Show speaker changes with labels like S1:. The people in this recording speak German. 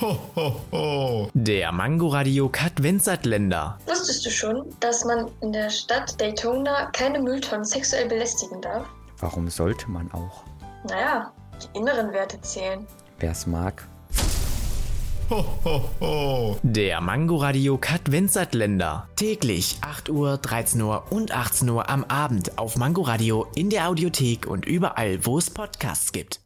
S1: Ho, ho, ho. Der Mangoradiokat Kat Wenzert-Länder.
S2: Wusstest du schon, dass man in der Stadt Daytona keine Mülltonnen sexuell belästigen darf?
S3: Warum sollte man auch?
S2: Naja, die inneren Werte zählen.
S3: Wer es mag.
S1: Ho, ho, ho. Der Mangoradiokat Kat Wenzert-Länder.
S4: Täglich 8 Uhr, 13 Uhr und 18 Uhr am Abend auf Mangoradio in der Audiothek und überall, wo es Podcasts gibt.